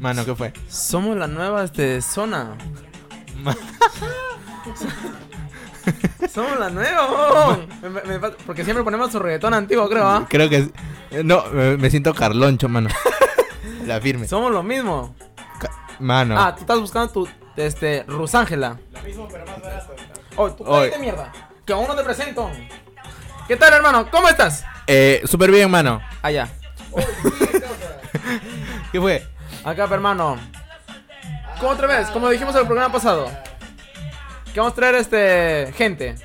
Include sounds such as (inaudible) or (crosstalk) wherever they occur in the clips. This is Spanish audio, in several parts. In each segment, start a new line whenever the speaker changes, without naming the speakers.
Mano, ¿qué fue?
Somos la nueva este, zona.
Ma-
Somos la nueva, huevón. Me- me- me falta- Porque siempre ponemos su reggaetón antiguo, creo, ¿ah?
Creo que... es- eh, No, me me siento carloncho,
(laughs)
mano. La firme.
Somos lo mismo.
Ca- Mano.
Ah, tú estás buscando tu, este, Rusángela. Lo mismo, pero más barato. Oh, tú
Oy.
cállate, mierda. Que aún no te presento. ¿Qué tal, hermano? ¿Cómo estás?
Eh, súper bien, mano.
Allá.
¿Qué fue?
Acá, pe, hermano. Como otra vez, como dijimos en el programa pasado, que vamos a traer este gente.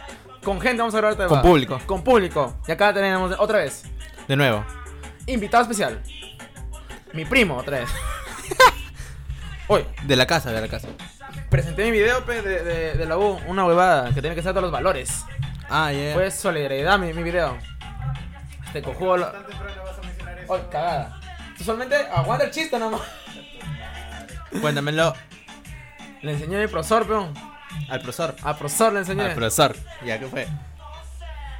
Con gente vamos a grabar este
Con
programa.
público.
Con público. Y acá tenemos otra vez.
De nuevo.
Invitado especial. Mi primo,
(laughs)
otra vez. Hoy,
De la casa, de la casa.
presenté mi video pe, de, de- de la U, una huevada que tiene que ser todos los valores.
Ah, ya.
Fue solidaridad mi, mi video. Este cojudo. lo- Ay, cagada. Tú solamente aguanta el chiste nomás.
Cuéntamelo
(laughs) Le enseñé a mi profesor, peón.
al profesor.
A profesor le enseñé.
Al profesor. Ya, ¿qué fue?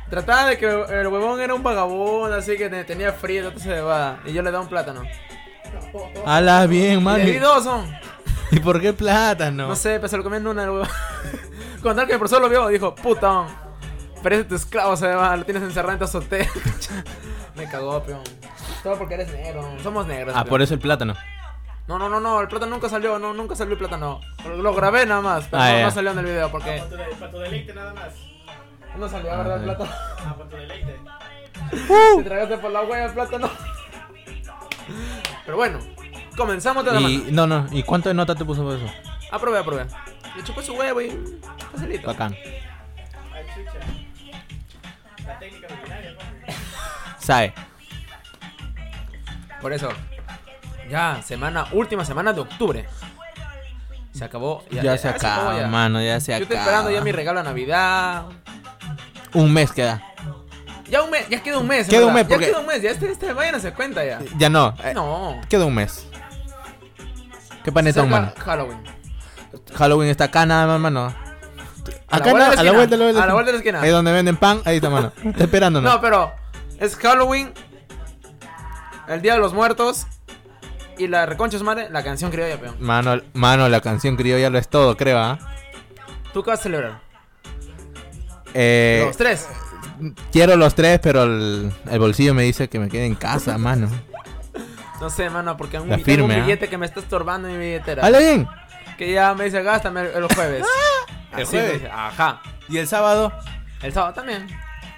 Trataba de que el huevón era un vagabundo, así que te- tenía frío, entonces se va. Y yo le daba un plátano.
Ala, bien, mano.
Oh. Le di dos, son.
¿Y por qué plátano?
No. sé, pues se lo comiendo una el huevón. (laughs) Con tal que el profesor lo vio, dijo, puta, parece tu esclavo, se va, lo tienes encerrado en tu azotea. (laughs) Me cagó, peón. Todo porque eres negro, somos negros.
Ah,
peón.
por eso el plátano.
No, no, no, no, el plátano nunca salió, no, nunca salió el plátano. Lo grabé nada más, pero
Ah,
no,
ya.
no salió en el video porque
Ah, Para tu deleite nada más.
no salió, ¿verdad? El
Ah, ¡Uh! ya.
plátano.
Ah, para tu deleite.
(laughs) Te tragaste por la hueva el plátano. Pero bueno, comenzamos de la mano.
Y, no, no. ¿Y cuánto de nota te puso por eso?
Aprobé, aprobé. Le chupé su huevo y. Facilito.
Bacán.
Ay, chucha. La técnica culinaria, ¿no?
Sabe.
Por eso. Ya, semana, última semana de octubre. Se acabó.
Ya, se
acabó,
acaba,
ya.
mano. Ya se
Yo
acaba.
estoy esperando ya mi regalo a Navidad.
Un mes queda.
Ya un mes, ya queda un mes. en
Queda un
verdad.
mes, porque-
Ya queda un mes, ya este, este, vayan a hacer cuenta ya.
Ya no. eh,
No.
Queda un mes. ¿Qué panetón,
Cerca
mano?
Halloween.
Halloween está acá nada más, mano.
A la
Acá nada,
vuelta de
a
la
la
esquina.
vuelta, a la vuelta.
A la vuelta de la esquina.
Ahí donde venden pan, ahí está, (laughs) mano. Está esperando,
No, pero es Halloween, el Día de los Muertos y la reconcha de su madre, la canción criolla, peón.
Mano, mano, la canción criolla lo es todo, creo, ¿ah?
¿Tú qué vas a celebrar?
Eh,
los tres.
Quiero los tres, pero el, el bolsillo me dice que me quede en casa, mano.
No sé, mano, porque aún
La
tengo
firme,
un
¿ah?
billete que me está estorbando en mi billetera.
¡Hala bien!
Que ya me dice, gástame el- los
(laughs)
jueves.
Ah, ¿El
Así me
jueves?
dice, Ajá.
¿Y el sábado?
El sábado también.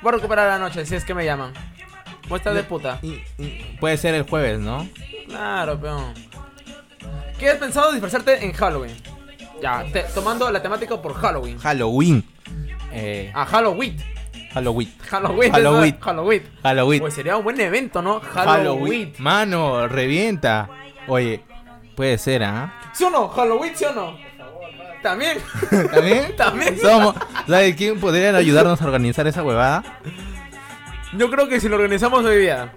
Voy a recuperar la noche si es que me llaman. ¿Cómo estás de puta?
Y- y- puede ser el jueves, ¿no?
Claro, peón. ¿Qué has pensado disfrazarte en Halloween? Ya, te- tomando la temática por Halloween.
Halloween. Eh,
A Halloween.
Halloween.
Halloween.
Halloween.
eso, Halloween.
Halloween.
Pues sería un buen evento, ¿no? Halloween.
Halloween. Mano, revienta. Oye, puede ser, ¿ah?
¿Sí o no? Halloween, ¿sí o no? También.
(laughs) ¿También?
(laughs) (laughs) También.
Somos, ¿Sabes quién podría ayudarnos a organizar esa huevada?
Yo creo que si lo organizamos hoy día,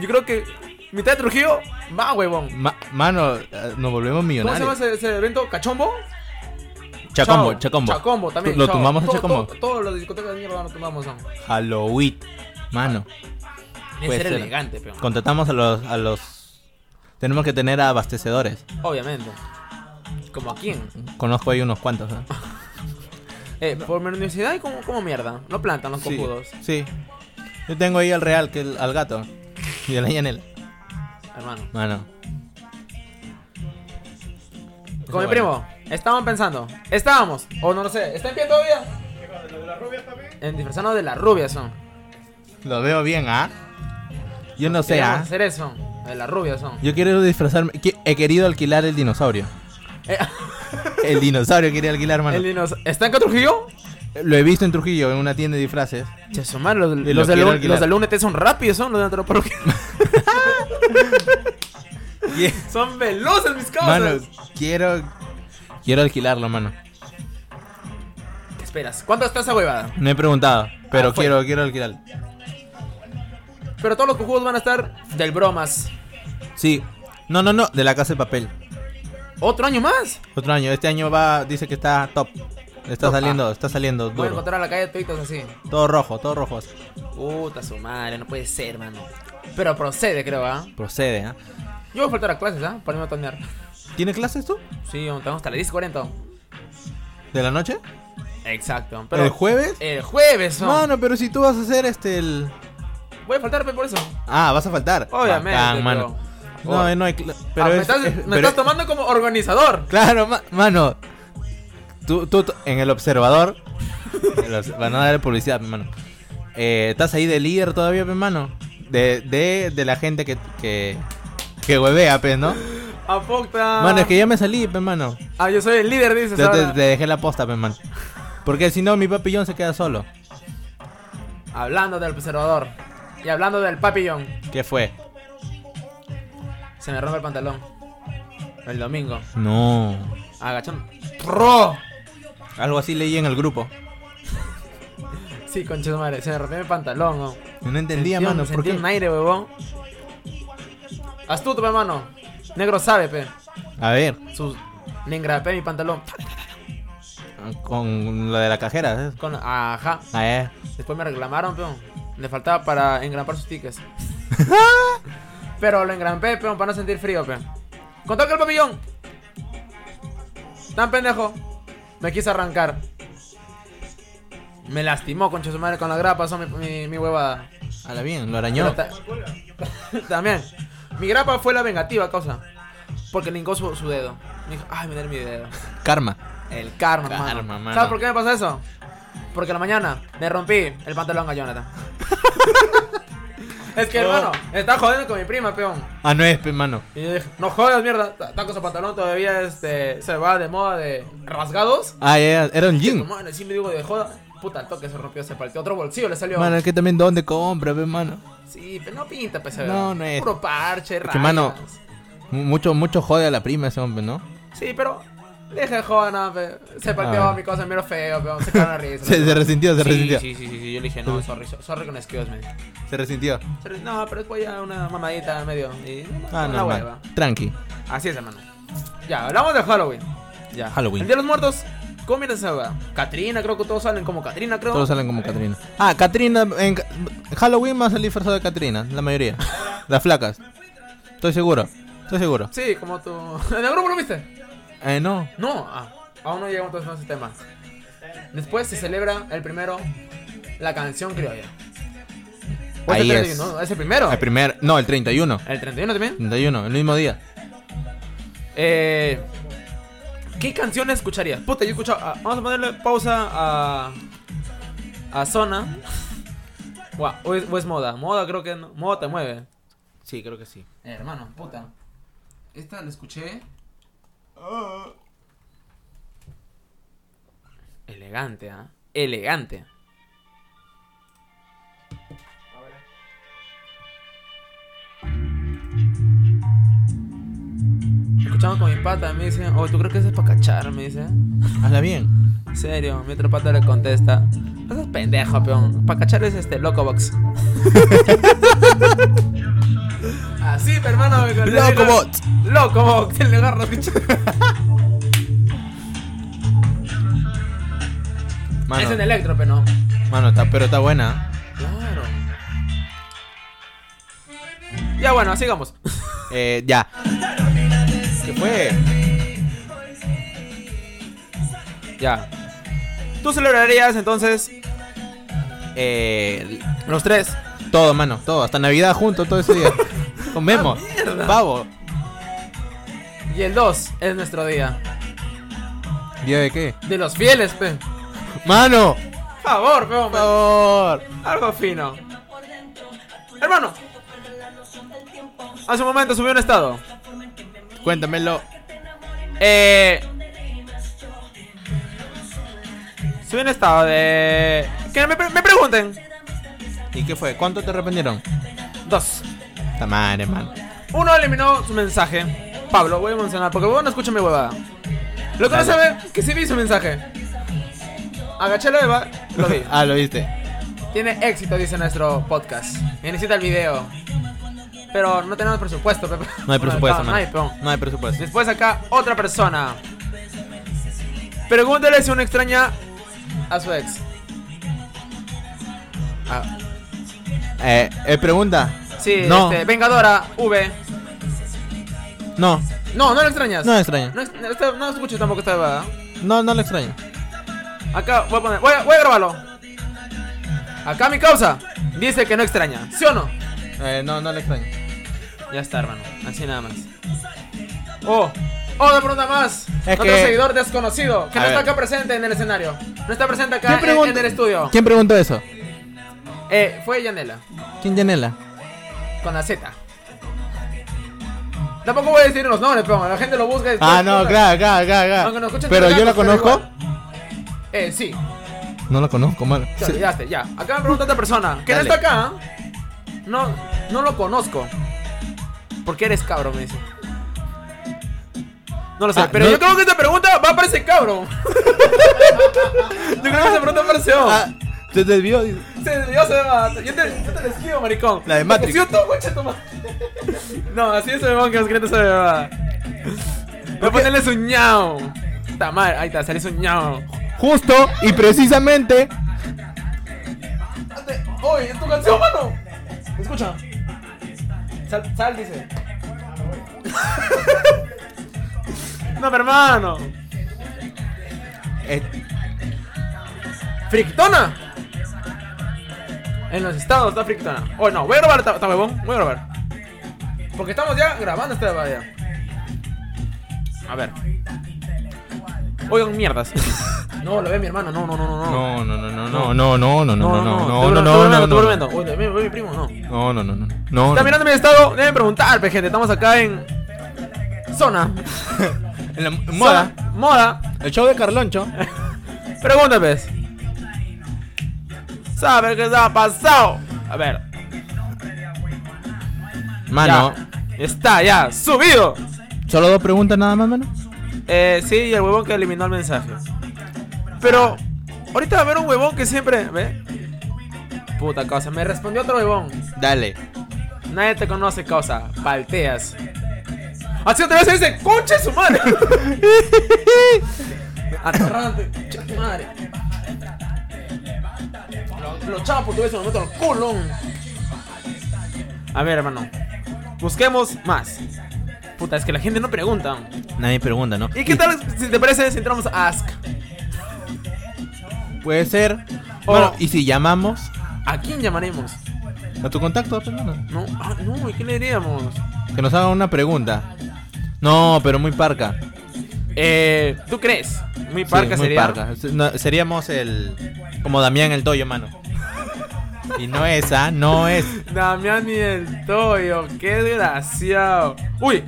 yo creo que mitad de Trujillo va, huevón.
Ma- mano, eh, nos volvemos
¿Cómo se llama
millonarios.
ese, ese evento? ¿Cachombo?
Chacombo,
Chao.
Chacombo.
Chacombo también.
Lo
chao.
tomamos a
Todo-
Chacombo.
todo- Todos los discotecas de mierda lo tomamos, ¿no?
Halloween. Mano.
Tiene
Puede
que ser
ser.
elegante, pero.
Contratamos a los, a los. Tenemos que tener abastecedores.
Obviamente. ¿Como a quién?
Conozco ahí unos cuantos. ¿eh?
Ah, Eh, por mi universidad, como, como mierda. No plantan los
Sí,
cojudos.
sí. Yo tengo ahí al Real, que el- al gato. Y a la Yanela.
Hermano.
Mano.
Con mi
bueno.
primo, estábamos pensando. Estábamos, o no lo sé, ¿está en pie todavía? En disfrazarnos de las rubias son.
Lo veo bien, ¿ah? Yo no sé,
Queríamos
¿ah?
hacer eso, de las rubias son.
Yo quiero disfrazarme. que- He querido alquilar el dinosaurio.
Eh,
El dinosaurio quería alquilar, mano.
el dinos- ¿Está en Catrujillo?
Lo he visto en Trujillo, en una tienda de disfraces.
Che, su madre, los,
Y lo
los, del,
quiero
lu-
alquilar.
los del UNT son rápidos, son los
(laughs)
de antropología.
Y-
son veloces mis causas.
Mano, quiero. Quiero alquilarlo, mano.
¿Qué esperas? ¿Cuánto está esa huevada?
No he preguntado, pero
Ah, fue.
quiero, quiero alquilarlo.
Pero todos los cojudos van a estar del bromas.
Sí. No, no, no, de la casa de papel.
¿Otro año más?
Otro año. Este año va, dice que está top. Está
Top,
saliendo, está saliendo
Voy a
duro.
encontrar a la calle tuitos así.
Todo rojo, todo rojo. así.
Puta su madre, no puede ser, mano. Pero procede, creo, ¿ah?
Procede, ¿ah?
Yo voy a faltar a clases, ¿ah? Para no tonear.
¿Tiene clases tú?
Sí, aún tenemos hasta las 10.40.
¿De la noche?
Exacto. Pero
¿El jueves?
El jueves, son.
Mano, pero si tú vas a hacer este el.
Voy a faltar pe, por eso.
Ah, vas a faltar.
Obviamente.
Bacán, mano.
pero-
No, eh, no hay. cla- Pero
Ah, me
es-
estás,
es-
me
pero-
estás tomando como organizador.
Claro, ma- mano. Tú, tú, tú- en el observador. el obs- van a dar publicidad, mi mano. Eh, Estás ahí de líder todavía, mi mano. De, de, de la gente que, que, que huevea, pe, ¿no?
Apocta.
Mano, es que ya me salí, pe, mano.
Ah, yo soy el líder,
Te,
dices.
te-
Ah. ahora.
te dejé la posta, pe, mano. Porque si no, mi papillón se queda solo.
Hablando del observador. Y hablando del papillón.
¿Qué fue?
Se me rompe el pantalón. El domingo.
No.
Agachón. ¡Pro!
Algo así leí en el grupo.
Sí, concha de madre. Se me rompió mi pantalón, ¿no?
No entendía,
Sentí un-
mano. ¿Por
sentí
qué?
un aire, huevón. Astuto, pe, mano. Negro sabe, pe.
A ver,
Sus... Le engrapé mi pantalón.
con lo de la cajera. ¿eh?
Con... Ajá.
Ah, eh.
Después me reclamaron, peón. Le faltaba para engrampar sus tickets.
(laughs)
Pero lo engrampé, peón, para no sentir frío, peón. Con toque el papillón. Tan pendejo. Me quise arrancar. Me lastimó, concha de su madre, con la grapa, pasó mi, mi, mi huevada.
A la bien, lo arañó.
Pero ta- (laughs) También. Mi grapa fue la vengativa, causa. Porque lincó su, su dedo. Me dijo, ay, me duele mi dedo.
Karma.
El karma,
Karma,
mano.
mano.
¿Sabes por qué me pasó eso? Porque a la mañana me rompí el pantalón
(laughs)
a Jonathan. es
Oh.
que, hermano, está jodiendo con mi prima, peón.
Ah, no es, pe, mano.
Y yo dije, no jodas, mierda. ta- Está con su pantalón todavía este, se va de moda de rasgados.
Ah, ya, era un
Y
jean.
Mano, sí me digo de joda. Puta, al toque se rompió, se partió. Otro bolsillo le salió.
Mano, es que también dónde compra, pe, mano.
Sí, pero no pinta, pese
No, no es.
Puro parche,
que,
rayas.
mano- Mu- Mucho, mucho jode a la prima ese hombre, ¿no?
Sí, pero. Deja de joda, nada, pe. Se partió
Ah.
mi cosa, me lo feo, peón. Se cagaron la risa.
Se, se resintió, se
sí,
resintió.
Sí, sí, sí, sí, yo le dije, no, sorry, so- sorry con excuse me.
Se resintió.
Sorry, No, pero después ya una mamadita medio. Y
Ah,
una
no,
hueva.
Tranqui.
Así es, hermano. Ya, hablamos de Halloween. Ya.
Halloween.
El Día de los Muertos. ¿Cómo viene esa hueva? Katrina, creo que todos salen como Katrina, creo.
Todos salen como Katrina. Ah, Katrina. En ca- Halloween va a salir disfrazado de Katrina, la mayoría. Las flacas. Estoy seguro. Estoy seguro.
Sí, como tú. (laughs) ¿En el grupo lo viste?
Eh, no.
No, ah, aún no llegamos todos a ese tema. Después se celebra el primero, la canción criolla. ¿O
Ahí
el
es.
31? ¿Es el primero?
El primer. No, el 31.
¿El 31 también?
31, el mismo día.
Eh, ¿Qué canciones escucharías? Puta, yo he escuchado. ah, vamos a ponerle pausa a. A Zona. Guau, o, es, o es moda. Moda creo que. No, moda te mueve.
Sí, creo que sí.
Eh, hermano, puta. Esta la escuché. Elegante, ¿ah? Elegante. Escuchamos con mi pata, me dice, oh, ¿tú crees que eso es para cachar? Me dice,
Hazla bien.
en serio, mi otra pata le contesta, eso es pendejo, peón, para cachar es este, Locobox. (laughs) Así, pe, hermano, me contesta.
Locobot.
Locobox, le agarro, dicho. Es en
Mano,
electro, pero no.
mano está, pero está buena.
Claro. Ya bueno, sigamos.
Eh, ya. ¿Qué fue?
Ya. ¿Tú celebrarías entonces
Eh,
los tres?
todo, mano, todo. Hasta Navidad juntos, todo ese
(laughs)
día. Comemos.
Ah,
Pavo.
Y el dos es nuestro día.
¿Día de qué?
De los fieles, pe.
¡Mano!
Favor, pe,
¡Por
hombre.
favor!
Algo fino. Hermano. Hace un momento subió un estado.
Cuéntamelo.
Eh. Subió un estado de. Que me, pre- me pregunten.
¿Y qué fue? ¿Cuánto te arrepentieron?
Dos.
Está madre, mano.
Uno eliminó su mensaje. Pablo, voy a mencionar, porque vos no escucha mi huevada. Lo que
Dale.
no sabe, que sí vi su mensaje. Agaché la hueva, lo vi.
(laughs) ah, lo viste.
Tiene éxito, dice nuestro podcast. Me necesita el video. Pero no tenemos presupuesto, Pepe.
No hay presupuesto,
(laughs) no,
mano.
hay, peón.
No hay presupuesto.
Después acá, otra persona. Pregúntale si uno extraña a su ex. Ah,
Eh, eh, pregunta.
sí,
No.
este, Vengadora V.
No,
No, no lo extrañas.
no extraño.
No, ex- no, esta- no escucho tampoco esta huevada.
No, no lo extraño.
Acá voy a poner, voy a, voy a grabarlo. Acá mi causa dice que no extraña, ¿sí o no?
Eh, no, no lo extraño.
Ya está, hermano, así nada más. Oh, oh, una pregunta más.
Es
Otro
que-
seguidor desconocido que
A
no está
ver.
acá presente en el escenario. No está presente acá
¿Quién
en,
pregunta-
en el estudio.
¿Quién preguntó eso?
Eh, fue Yanela,
¿Quién Yanela?
con la Z. Tampoco voy a decir los nombres, pero la gente lo busca. y después
Ah, no,
busca.
claro, claro, claro,
Aunque nos
claro.
escuchen
Pero
todos
yo la
locos, pero
conozco.
igual. Eh, sí,
No la conozco, mano.
Te
Sí.
olvidaste, ya. Acá me pregunta otra persona. Que no
Dale.
está acá? No, no lo conozco. ¿Por qué eres cabro? Me dice. No lo sé,
Ah,
pero
no-
yo creo que esta pregunta va para ese cabro. (laughs) yo creo que esa pregunta para ese
Ah, se desvió. dice.
se, yo, se va, yo, te, yo te la esquivo, maricón.
La de Matrix.
Yo todo, coche, toma. No, así es el que nos creen esa bebada. Voy a ponerle su ñao. Está mal, ahí está, sale su ñao.
Justo y precisamente.
Ande- Oye, es tu canción, mano. Escucha. Sal, sal dice. (laughs) no, pero hermano.
eh,
Frictona. En los estados está Frictona. Oh, no, voy a grabar esta esta huevón. Voy a grabar. Porque estamos ya grabando esta huevada. A ver. Oigan, mierdas. (laughs) no, lo ve mi hermano. No, no, no, no. No,
no, no, no, no, no, no, no, no, no, no, no,
no,
no, no, no, no, no.
Oye, ve- ve mi primo, no.
No, no, no, no. No,
Está
no.
mirando mi estado, deben preguntar, pe, gente. Estamos acá en. Zona.
En la moda,
Zona. Moda.
el show de Carloncho.
Pregunta, pues. ¿Sabes qué está pasado? A ver.
Mano,
ya. Está ya, subido.
solo dos preguntas nada más, mano.
Eh, sí, y el huevón que eliminó el mensaje. Pero. Ahorita va a haber un huevón que siempre. ¿Ve? Puta cosa. Me respondió otro huevón.
Dale.
Nadie te conoce, cosa. Palteas. Así otra vez se dice, concha de su (laughs) madre. Aterrante, concha de tu madre. Los lo chavos portugueses nos meten el culo. A ver, hermano. Busquemos más. Puta, es que la gente no pregunta.
Nadie pregunta, ¿no?
¿Y qué tal si te parece si entramos a Ask?
Puede ser.
O-
Bueno, y si llamamos
¿A quién llamaremos?
a tu contacto, pues, mano,
No, ah, no, ¿y qué le diríamos?
que nos haga una pregunta. No, pero muy parca.
Eh, ¿tú crees? Muy parca
Sí, muy
sería.
parca. Se- no, seríamos el. Como Damián el Toyo, mano. Y no es, ¿ah? No es.
Damián y el Toyo, qué desgraciado. Uy,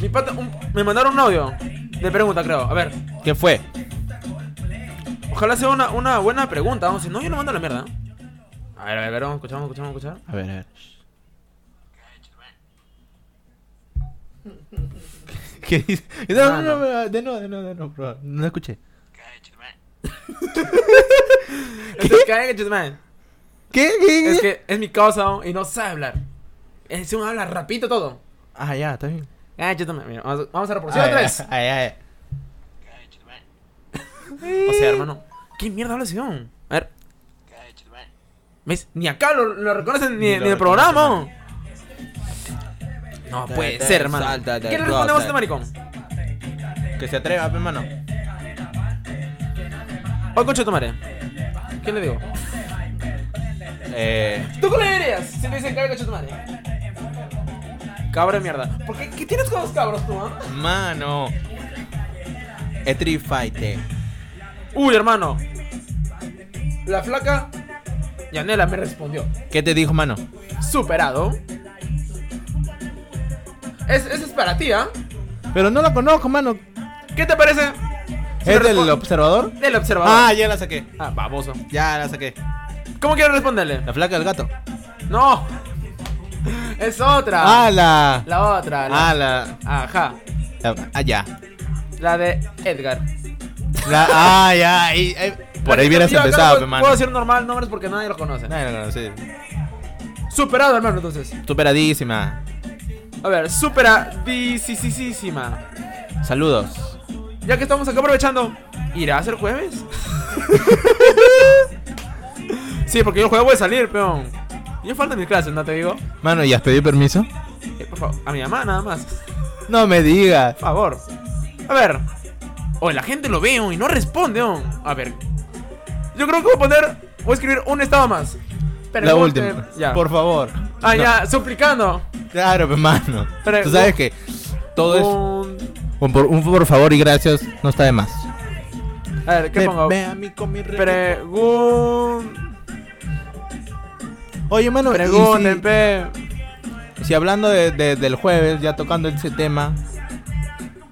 mi pata, un- me mandaron un audio de pregunta, creo. A ver,
¿Qué fue?
ojalá sea una, una buena pregunta. Vamos, si no, yo no mando la mierda. A ver, a ver, a ver, vamos a escuchar, vamos a escuchar, vamos a escuchar.
A ver, (laughs) a ver. ¿Qué dice? No, no, no, de nuevo, de nuevo, de nuevo, bro. No escuché.
Esto es Caen Hechos, man.
¿Qué? ¿Qué?
Es que es mi causa y no sabe hablar. Encima habla rapidito todo.
Ah, ya, está bien.
Caen Hechos, man. Mira, vamos, a- vamos a
Ah,
reproducir otra vez.
Ay, ay, (laughs) ay.
O sea, hermano, ¿qué mierda habla ese don? A ver. ¿Ves? Ni acá lo, lo reconocen ni,
Ni
ni
lo
el
reconocen,
programa. No
Te-
puede ser,
te
hermano.
salta, te
¿Qué le
explota.
respondemos a este maricón?
Que se atreva, hermano.
Oye, concha de tu madre. ¿Qué le digo?
Eh,
¿Tú qué le dirías si le dicen cabe concha de tu madre? Cabra de mierda. ¿Por qué, ¿Qué tienes con los cabros tú, ah?
mano. Street Fighter.
Uy, hermano. La flaca Yanela me respondió.
¿Qué te dijo, mano?
Superado. Es, ese es para ti, ¿ah?
Pero no la conozco, mano.
¿Qué te parece? Si
¿Es
me
del
respon-
observador?
del observador.
Ah, ya la saqué.
Ah, baboso.
Ya la saqué.
¿Cómo quieres responderle?
La flaca del gato.
No. Es otra.
Ah, la.
La otra. La...
Ah, la.
Ajá.
la- Ah, ya.
La de Edgar.
La- ah, ya. ahí- ahí- por
La
ahí
que
hubieras
yo acá
empezado,
puedo-
pe, mano.
Puedo decir normal nombres porque nadie lo conoce.
No, no, no, sí.
Superado, hermano, entonces.
Superadísima.
A ver, superadísima.
Saludos.
Ya que estamos acá aprovechando, ¿irás el jueves? (laughs) sí, porque yo el jueves voy a salir, peón. Yo falta mis clases, ¿no te digo?
Mano, ¿y has pedido permiso?
Eh, por favor, a mi mamá nada más.
No me digas.
Por favor. A ver. O la gente lo ve oh, y no responde. oh. A ver. Yo creo que voy a poner. Voy a escribir un estado más. Pero
la
voy a
última.
poner- Ya.
Por favor. No,
Ah, ya, suplicando.
Claro, hermano.
Pero-
Tú sabes que todo es.
Un-
Un por, un por favor y gracias no está de más.
A ver, ¿qué
Ve-
pongo?
ve a mí con mi reggaetón.
Pregun...
Oye, mano, y si-
Pregunten, pe.
si, hablando de- de- del jueves, ya tocando ese tema,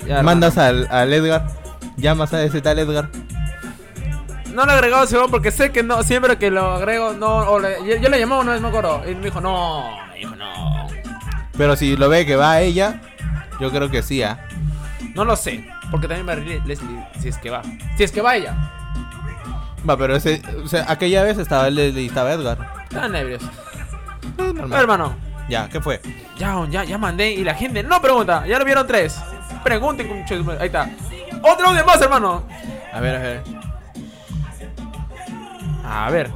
Ya,
mandas al, al Edgar, llamas a ese tal Edgar.
hermano. No lo he agregado, seguro, porque sé que no, siempre que lo agrego, no. o le- yo, yo le llamaba una vez, me acuerdo. Y me dijo, no. Me dijo, no.
Pero si lo ve que va a ella, yo creo que sí, ¿ah?
No lo sé. Porque también me arreglé Leslie, si es que va. Si es que va ella.
Va, pero ese, o sea, aquella vez estaba Leslie y estaba Edgar.
Están nervios. A ver,
Normal.
hermano.
Ya, ¿qué fue?
Ya, ya, ya mandé y la gente no pregunta. Ya lo vieron tres. Pregunten, con Ahí está. Otro audio más, hermano.
A ver, a ver.
A ver.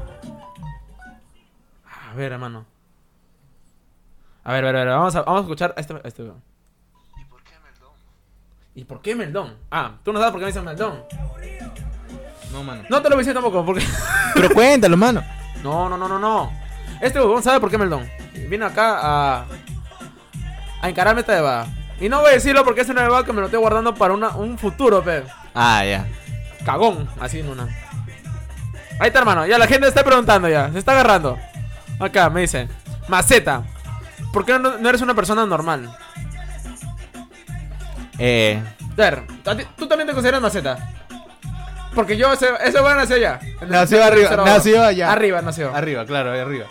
A ver, hermano. A ver, a ver, a ver. Vamos a, vamos a escuchar a este, a este weón. ¿Y por qué Meldón? Ah, tú no sabes por qué me dicen Meldón.
No, mano.
No te lo voy a decir tampoco, porque. (laughs)
Pero cuéntalo, mano.
No, no, no, no, no. Este huevón sabe por qué Meldón. Vino acá a. a encararme esta deba. Y no voy a decirlo porque es una deba que me lo estoy guardando para una- un futuro, pe.
Ah, ya.
Cagón, así en una. Ahí está, hermano. Ya la gente está preguntando ya. Se está agarrando. Acá me dice: Maceta, ¿por qué no, no eres una persona normal?
Eh,
A ver, a ti- tú también te consideras maceta. Porque yo, ese, ese weón nació allá. En el-
Nació
en el
arriba,
observador.
nació allá.
Arriba nació.
arriba, claro, ahí arriba.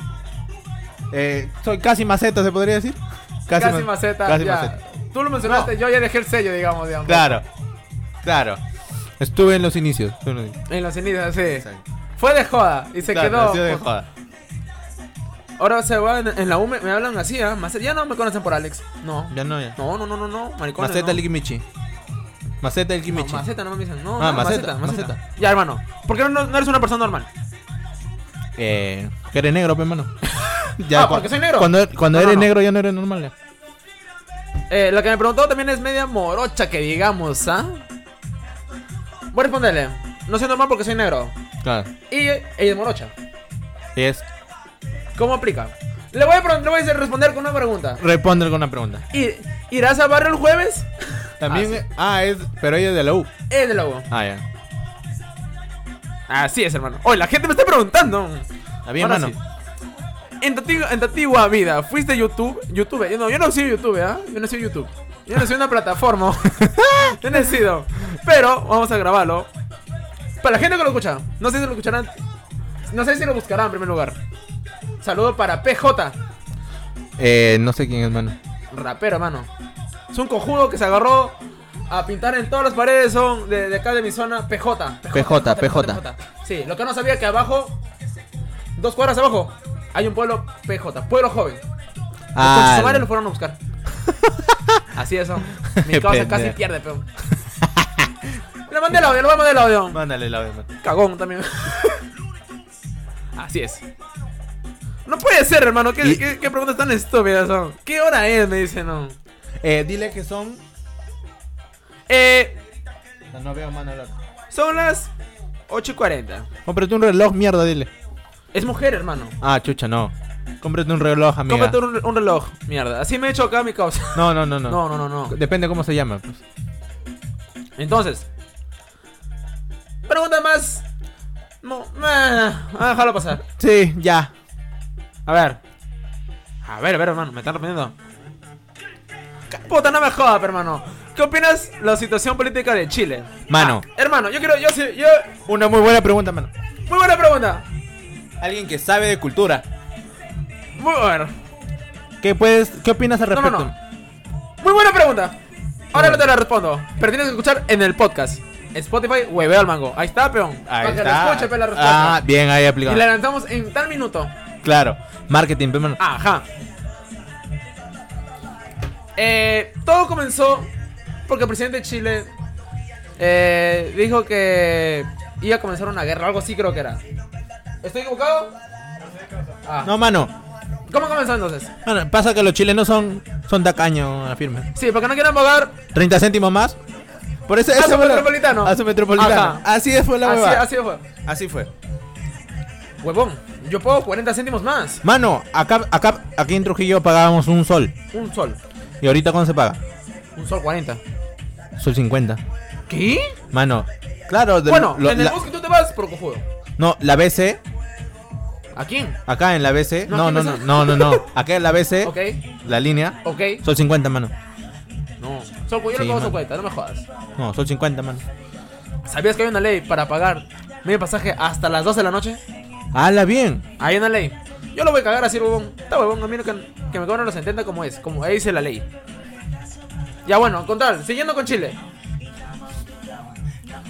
Eh, soy casi maceta, ¿se podría decir?
Casi,
ma-
maceta.
Casi
ya.
maceta.
Tú lo mencionaste, yo ya dejé el sello, digamos. digamos.
Claro, claro. Estuve en los inicios. estuve en los inicios.
En los inicios, sí.
Exacto.
Fue de joda y se
Claro,
quedó.
nació de
Pues,
joda.
Ahora se va en, en la U, me, me hablan así, ¿ah? Maceta. Ya no me conocen por Alex. No.
Ya no, ya.
No, no, no, no, no. Maricones,
Maceta
no.
el Kimichi. Maceta el
No,
Kimichi.
maceta, no me dicen. No,
Ah,
no,
maceta,
maceta, maceta, Ya, hermano. ¿Por qué no, no eres una persona normal?
Eh, que eres negro, pe, (laughs) mano.
Ah,
cua-
porque soy negro.
Cuando, cuando
No, no,
eres
no.
negro ya no eres normal. ya.
Eh, la que me preguntó también es media morocha, que digamos, ¿ah? Voy a responderle. No soy normal porque soy negro.
Claro.
Y ella es morocha.
Y es,
¿Cómo aplica? Le voy a, pre- le voy a responder con una pregunta.
responde alguna pregunta.
¿Y- ¿Irás a barrio el jueves?
También,
Ah, sí.
eh, ah, es, pero ella es de la U.
Es de lobo.
Ah, ya.
Así es, hermano. Oye, la gente me está preguntando.
Está bien,
Ahora
mano.
sí. En tu, antigua, en tu antigua vida, ¿fuiste YouTube? YouTube. Yo no, yo no he sido YouTube, ¿ah? Yo no he sido YouTube. Yo no soy una plataforma. (laughs) yo no he sido. Pero vamos a grabarlo. Para la gente que lo escucha. No sé si lo escucharán. No sé si lo buscarán en primer lugar. Saludo para PJ.
Eh, no sé quién es, mano.
Rapero, hermano. Es un cojudo que se agarró a pintar en todas las paredes son de, de acá de mi zona PJ.
PJ,
Sí, lo que no sabía que abajo, dos cuadras abajo, hay un pueblo PJ, pueblo joven. Los
Ah,
madre lo fueron
(laughs)
a buscar. Así es, son. Mi causa
Pendejo.
casi pierde, peón. Le mandé el audio, le voy a mandar el audio.
Mándale la vez, mano.
Cagón también. Así es. No puede ser, hermano. ¿Qué,
Y-
qué- qué preguntas tan estúpidas son? ¿Qué hora es? Me dicen, no.
Eh, dile que son.
Eh,
No veo, mano.
Son las 8.40.
Cómprate un reloj, mierda, dile.
Es mujer, hermano.
Ah, chucha, no. Cómprate un reloj, amiga.
Cómprate un, un reloj, mierda. Así me he hecho acá mi causa.
No, no, no, no.
No, no, no, no.
Depende cómo se llama. Pues.
Entonces, pregunta más. No, ah, ah, déjalo pasar.
Sí, ya.
A ver. A ver, a ver, hermano. Me están respondiendo. Puta, no me jodas, hermano. ¿Qué opinas la situación política de Chile?
Mano.
Ah, hermano, yo quiero. Yo, sí- yo,
Una muy buena pregunta, mano.
muy buena pregunta.
Alguien que sabe de cultura.
Muy buena.
¿Qué, puedes, ¿qué opinas al
No, no,
respecto?
no. Muy buena pregunta. Ahora
Muy
no te la respondo. Pero tienes que escuchar en el podcast. Spotify, hueveo al mango. Ahí está, peón.
Ahí
Para que
está.
la escuche, pe, la respuesta.
ah, bien ahí
y
aplicado.
la lanzamos en tal minuto.
Claro. Marketing, pe, mano.
Ajá. Eh, todo comenzó porque el presidente de Chile eh, dijo que iba a comenzar una guerra, algo así creo que era. ¿Estoy equivocado? Ah.
No, mano.
¿Cómo comenzó entonces?
Bueno, pasa que los chilenos son, son tacaños a la firma.
Sí, porque no quieren pagar.
30 céntimos más. Por eso,
A
eso
su
fue lo-
metropolitano.
A Ah, su metropolitano.
Ajá.
Así es, fue la
Así,
huevada.
así fue.
Así fue.
Huevón, yo pago 40 céntimos más.
Mano, acá, acá, aquí en Trujillo pagábamos un sol.
Un sol.
¿Y ahorita cuándo se paga?
Un sol 40.
Sol 50.
¿Qué?
Mano, claro. de-
bueno,
lo-
en el
la-
bus que tú te vas por cojudo.
No, la BC,
¿A quién?
acá en la BC. No,
No,
no,
aquí
no,
no
no, no, no. Acá en la BC,
(laughs) Ok,
la línea.
ok.
Sol 50, mano.
No. Sol, yo
Sí,
le pago
man.
sol 40, no me jodas.
No, sol 50, mano.
¿Sabías que hay una ley para pagar medio pasaje hasta las 2 de la noche?
Hala, bien.
Hay una ley. Yo lo voy a cagar así, huevón. Está huevón, a mí no que, que me cobran los 70 como es, como ahí dice la ley. Ya bueno, contar, siguiendo con Chile.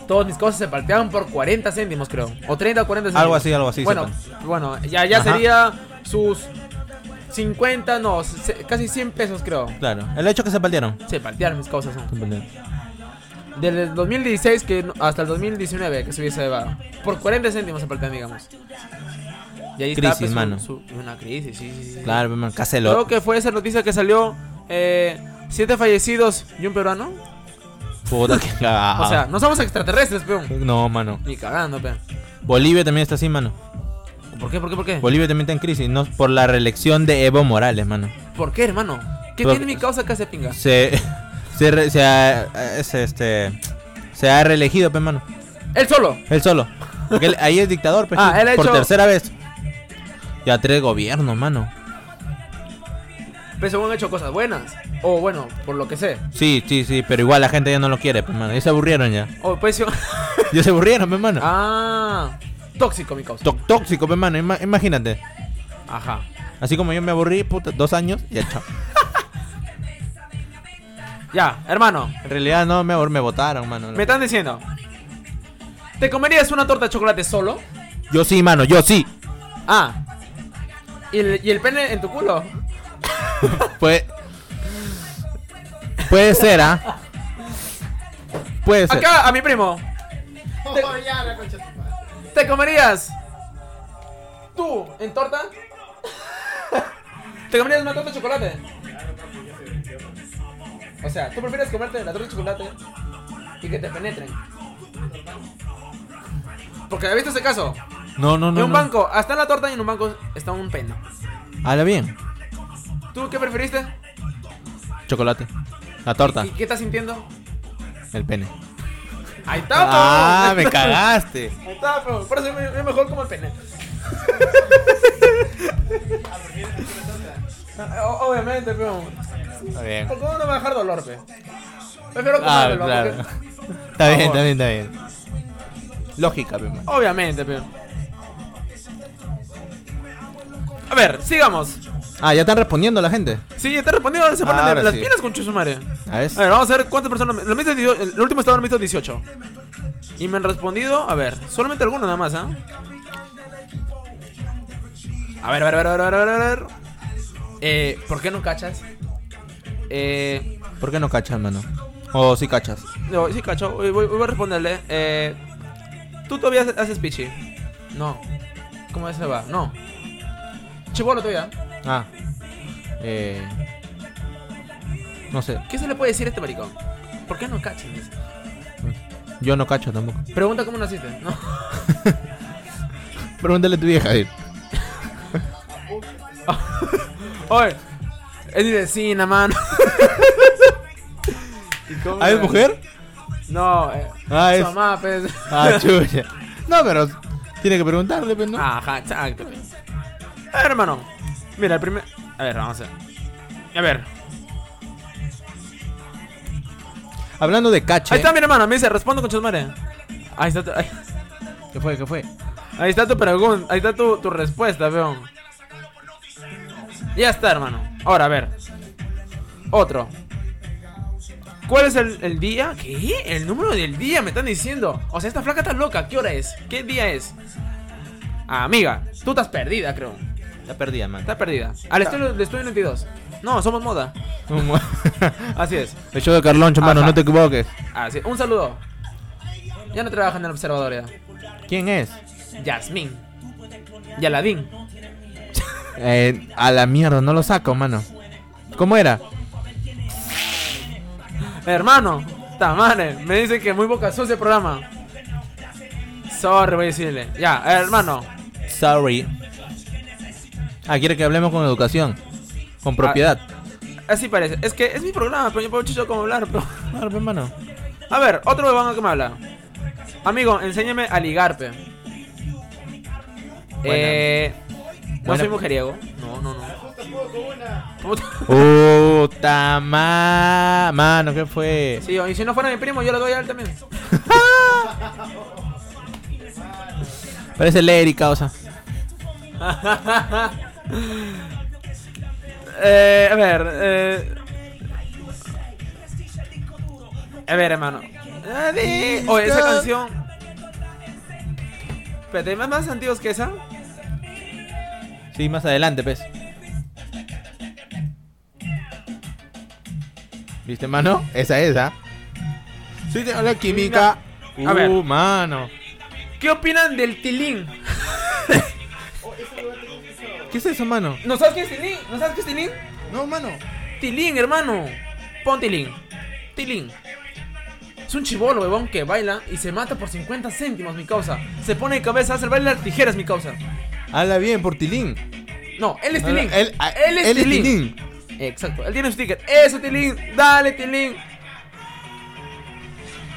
Todas mis cosas se palteaban por 40 céntimos, creo. O 30 o 40 céntimos.
Algo así, algo así,
Bueno, bueno ya, ya
Ajá.
sería sus 50, no, se- casi 100 pesos, creo.
Claro. El hecho que se perdieron.
Se paltearon mis cosas. ¿no? Desde el 2016 que, no- hasta el 2019 que se hubiese elevado. Por 40 céntimos aparte, digamos. Y ahí
Crisis,
está, pues, un-
mano.
su- una crisis, sí, sí, sí.
Claro, hermano.
Creo
Caselo.
que fue esa noticia que salió. Eh, siete fallecidos y un peruano.
Puta
(laughs)
que cagada.
O sea, no somos extraterrestres, peón.
No, mano.
Ni cagando, peón.
Bolivia también está así, mano.
¿Por qué, por qué, por qué?
Bolivia también está en crisis, no por la reelección de Evo Morales, mano.
¿Por qué, hermano? ¿Qué
Pero-
tiene mi causa que hace pinga?
Se (laughs) se, re- se ha, es, este se ha reelegido, pe, mano.
Él solo.
Él solo. Porque él- ahí es dictador, pe,
Ah, él ha
por
hecho-
tercera vez. Ya tres gobiernos, mano.
Pero pues, según han hecho cosas buenas. O bueno, por lo que sé.
Sí, sí, sí, pero igual la gente ya no lo quiere, pe, mano. Ya se aburrieron ya.
O pues según-
Ya se aburrieron, pe, mano.
(laughs) Ah. Tóxico mi causa.
Tó- tóxico, pe, mano. Ima- imagínate.
Ajá.
Así como yo me aburrí, puta, dos años, ya chao.
Ya, hermano.
En realidad no, me, abur- me votaron, mano.
Me están diciendo. ¿Te comerías una torta de chocolate solo?
Yo sí, mano, yo sí.
Ah. ¿Y el, y el pene en tu culo?
Puede, puede ser, ¿ah? Puede ser.
Acá, a mi primo.
Oh, ya, la concha de tu madre.
¿Te comerías? ¿Tú en torta? (laughs) ¿Te comerías una torta de chocolate? O sea, ¿tú prefieres comerte la torta de chocolate y que te penetren? Porque ¿has visto ese caso?
No, no, no.
en un
no.
banco, hasta en la torta y en un banco está un pene.
Habla bien.
¿Tú qué preferiste?
Chocolate. La torta.
¿Y qué estás sintiendo?
El pene.
¡Ahí está, po!
Ah, me cagaste.
(laughs) Ahí está, po. Por eso es me- es mejor como el pene. (laughs) O- Obviamente, pero.
Está bien.
¿Por cómo no me va a dejar dolor, pe? Prefiero
Claro,
comérmelo,
Ah, claro.
porque-
Está bien, está bien, está bien. Lógica, pe, mano.
Obviamente, pero. A ver, sigamos.
Ah, ya están respondiendo la gente.
Sí, está respondiendo, se ponen
Ahora
de- las
sí.
pilas con Chusumare.
A ver.
A ver, vamos a ver cuántas personas. lo mismo dio- el el último estaba en el mito 18. Y me han respondido, a ver, solamente alguno nada más, ¿ah? A ver, a ver, a ver, a ver, a ver, a ver, a ver. Eh, ¿Por qué no cachas? Eh,
¿Por qué no cachas, mano? O sí cachas.
no, sí, cacho, voy, voy- voy a responderle. Eh, ¿Tú todavía haces- haces pichi? No. ¿Cómo se va? No. Chibolo todavía.
Ah. Eh. No sé.
¿Qué se le puede decir a este maricón? ¿Por qué no cachas? Dice.
Yo no cacho tampoco.
Pregunta cómo naciste, ¿no?
Pregúntale a tu vieja, Jair.
Oye, es mi
(laughs)
vecina, mano.
¿Ah, es mujer?
No, eh,
Ah,
su
es-
mamá, pues.
Ah,
(laughs)
chucha. No, pero tiene que preguntarle, pues, ¿no?
Ajá, exacto. pues. A ver, hermano. Mira, el primer. A ver, vamos a ver. A ver.
Hablando de cache.
Ahí está mi hermano, me dice, respondo con chusmare. Ahí está tu, ahí,
¿Qué fue? ¿Qué fue?
ahí está tu pregunta, ahí está tu, tu respuesta, peón. Ya está, hermano. Ahora, a ver. Otro. ¿Cuál es el, el día? ¿Qué? El número del día, me están diciendo. O sea, esta flaca está loca. ¿Qué hora es? ¿Qué día es? Ah, amiga, tú estás perdida, creo.
Está perdida, man.
Estás perdida. Al estudio, del estudio 92. No, somos moda. Así es.
(laughs) El show de Carlón, mano,
Ajá.
no te equivoques.
Así Un saludo. Ya no trabaja en el observador ya.
¿Quién es?
Yasmín. Yaladín.
Eh, a la mierda, no lo saco, mano. ¿Cómo era?
Hermano, tamane, me dicen que muy boca sucia el programa. Sorry, voy a decirle. Ya, hermano.
Sorry. Ah, quiere que hablemos con educación. Con propiedad.
Así parece. Es que es mi programa, pero yo puedo chicho cómo hablar, pero. (laughs)
Claro, pues, mano.
A ver, otro huevón que me habla. Amigo, enséñame a ligarpe. Eh. No
Buena.
soy mujeriego. No, no, no. Puta.
Puta ma- mano, ¿qué fue?
(laughs) Sí, y si no fuera mi primo, yo lo doy a él también.
Parece Larry, causa.
Eh, a ver, eh... A ver, hermano. Nadie- Oye, esa canción. Espérate, ¿hay más, más antiguos que esa?
Sí, más adelante, pues. ¿Viste, mano? Esa es, ¿ah? Sí, te habla química.
A ver.
Uh, mano.
¿Qué opinan del tilín?
¿Qué es eso, mano?
¿No sabes qué es tilín? ¿No sabes qué es tilín?
No, mano.
Tilín, hermano. Pon tilín. Tilín. Es un chivolo, huevón, que baila y se mata por 50 céntimos, mi causa. Se pone de cabeza, hace el baile de las tijeras, mi causa.
Habla bien, por Tilín.
No, él es tilín.
Él, ah,
él es tilín. Exacto, él tiene su ticket. Eso, Tilín. Dale, Tilín.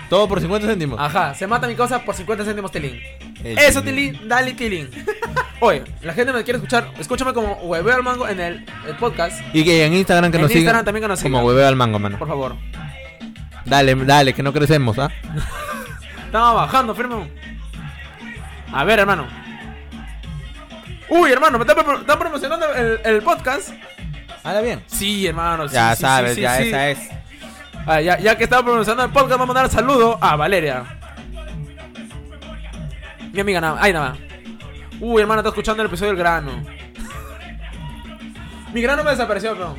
Todo por 50 céntimos.
Ajá, se mata mi cosa por 50 céntimos, Tilín.
El
Ah, Eso,
Tilín.
Tilín. Dale, Tilín. Oye, la gente me quiere escuchar. Escúchame como hueveo al mango en el, el podcast,
Y que en Instagram que
En
nos sigan.
Instagram también que nos sigan.
Como hueveo al mango, mano.
por favor.
Dale, dale, que no crecemos, ¿ah?
Estamos bajando, firme. A ver, hermano. Uy, hermano, me están pro- están promocionando el, el podcast.
Habla bien.
Sí, hermano. sí,
Ya
sí, sí,
sabes,
sí,
ya
sí.
esa es.
Ah, ya, ya que estaba pronunciando el podcast, vamos a mandar saludo a Valeria. Mi amiga nada más. Ay, nada más. Uy, hermano, está escuchando el episodio del grano. Mi grano me desapareció, pero.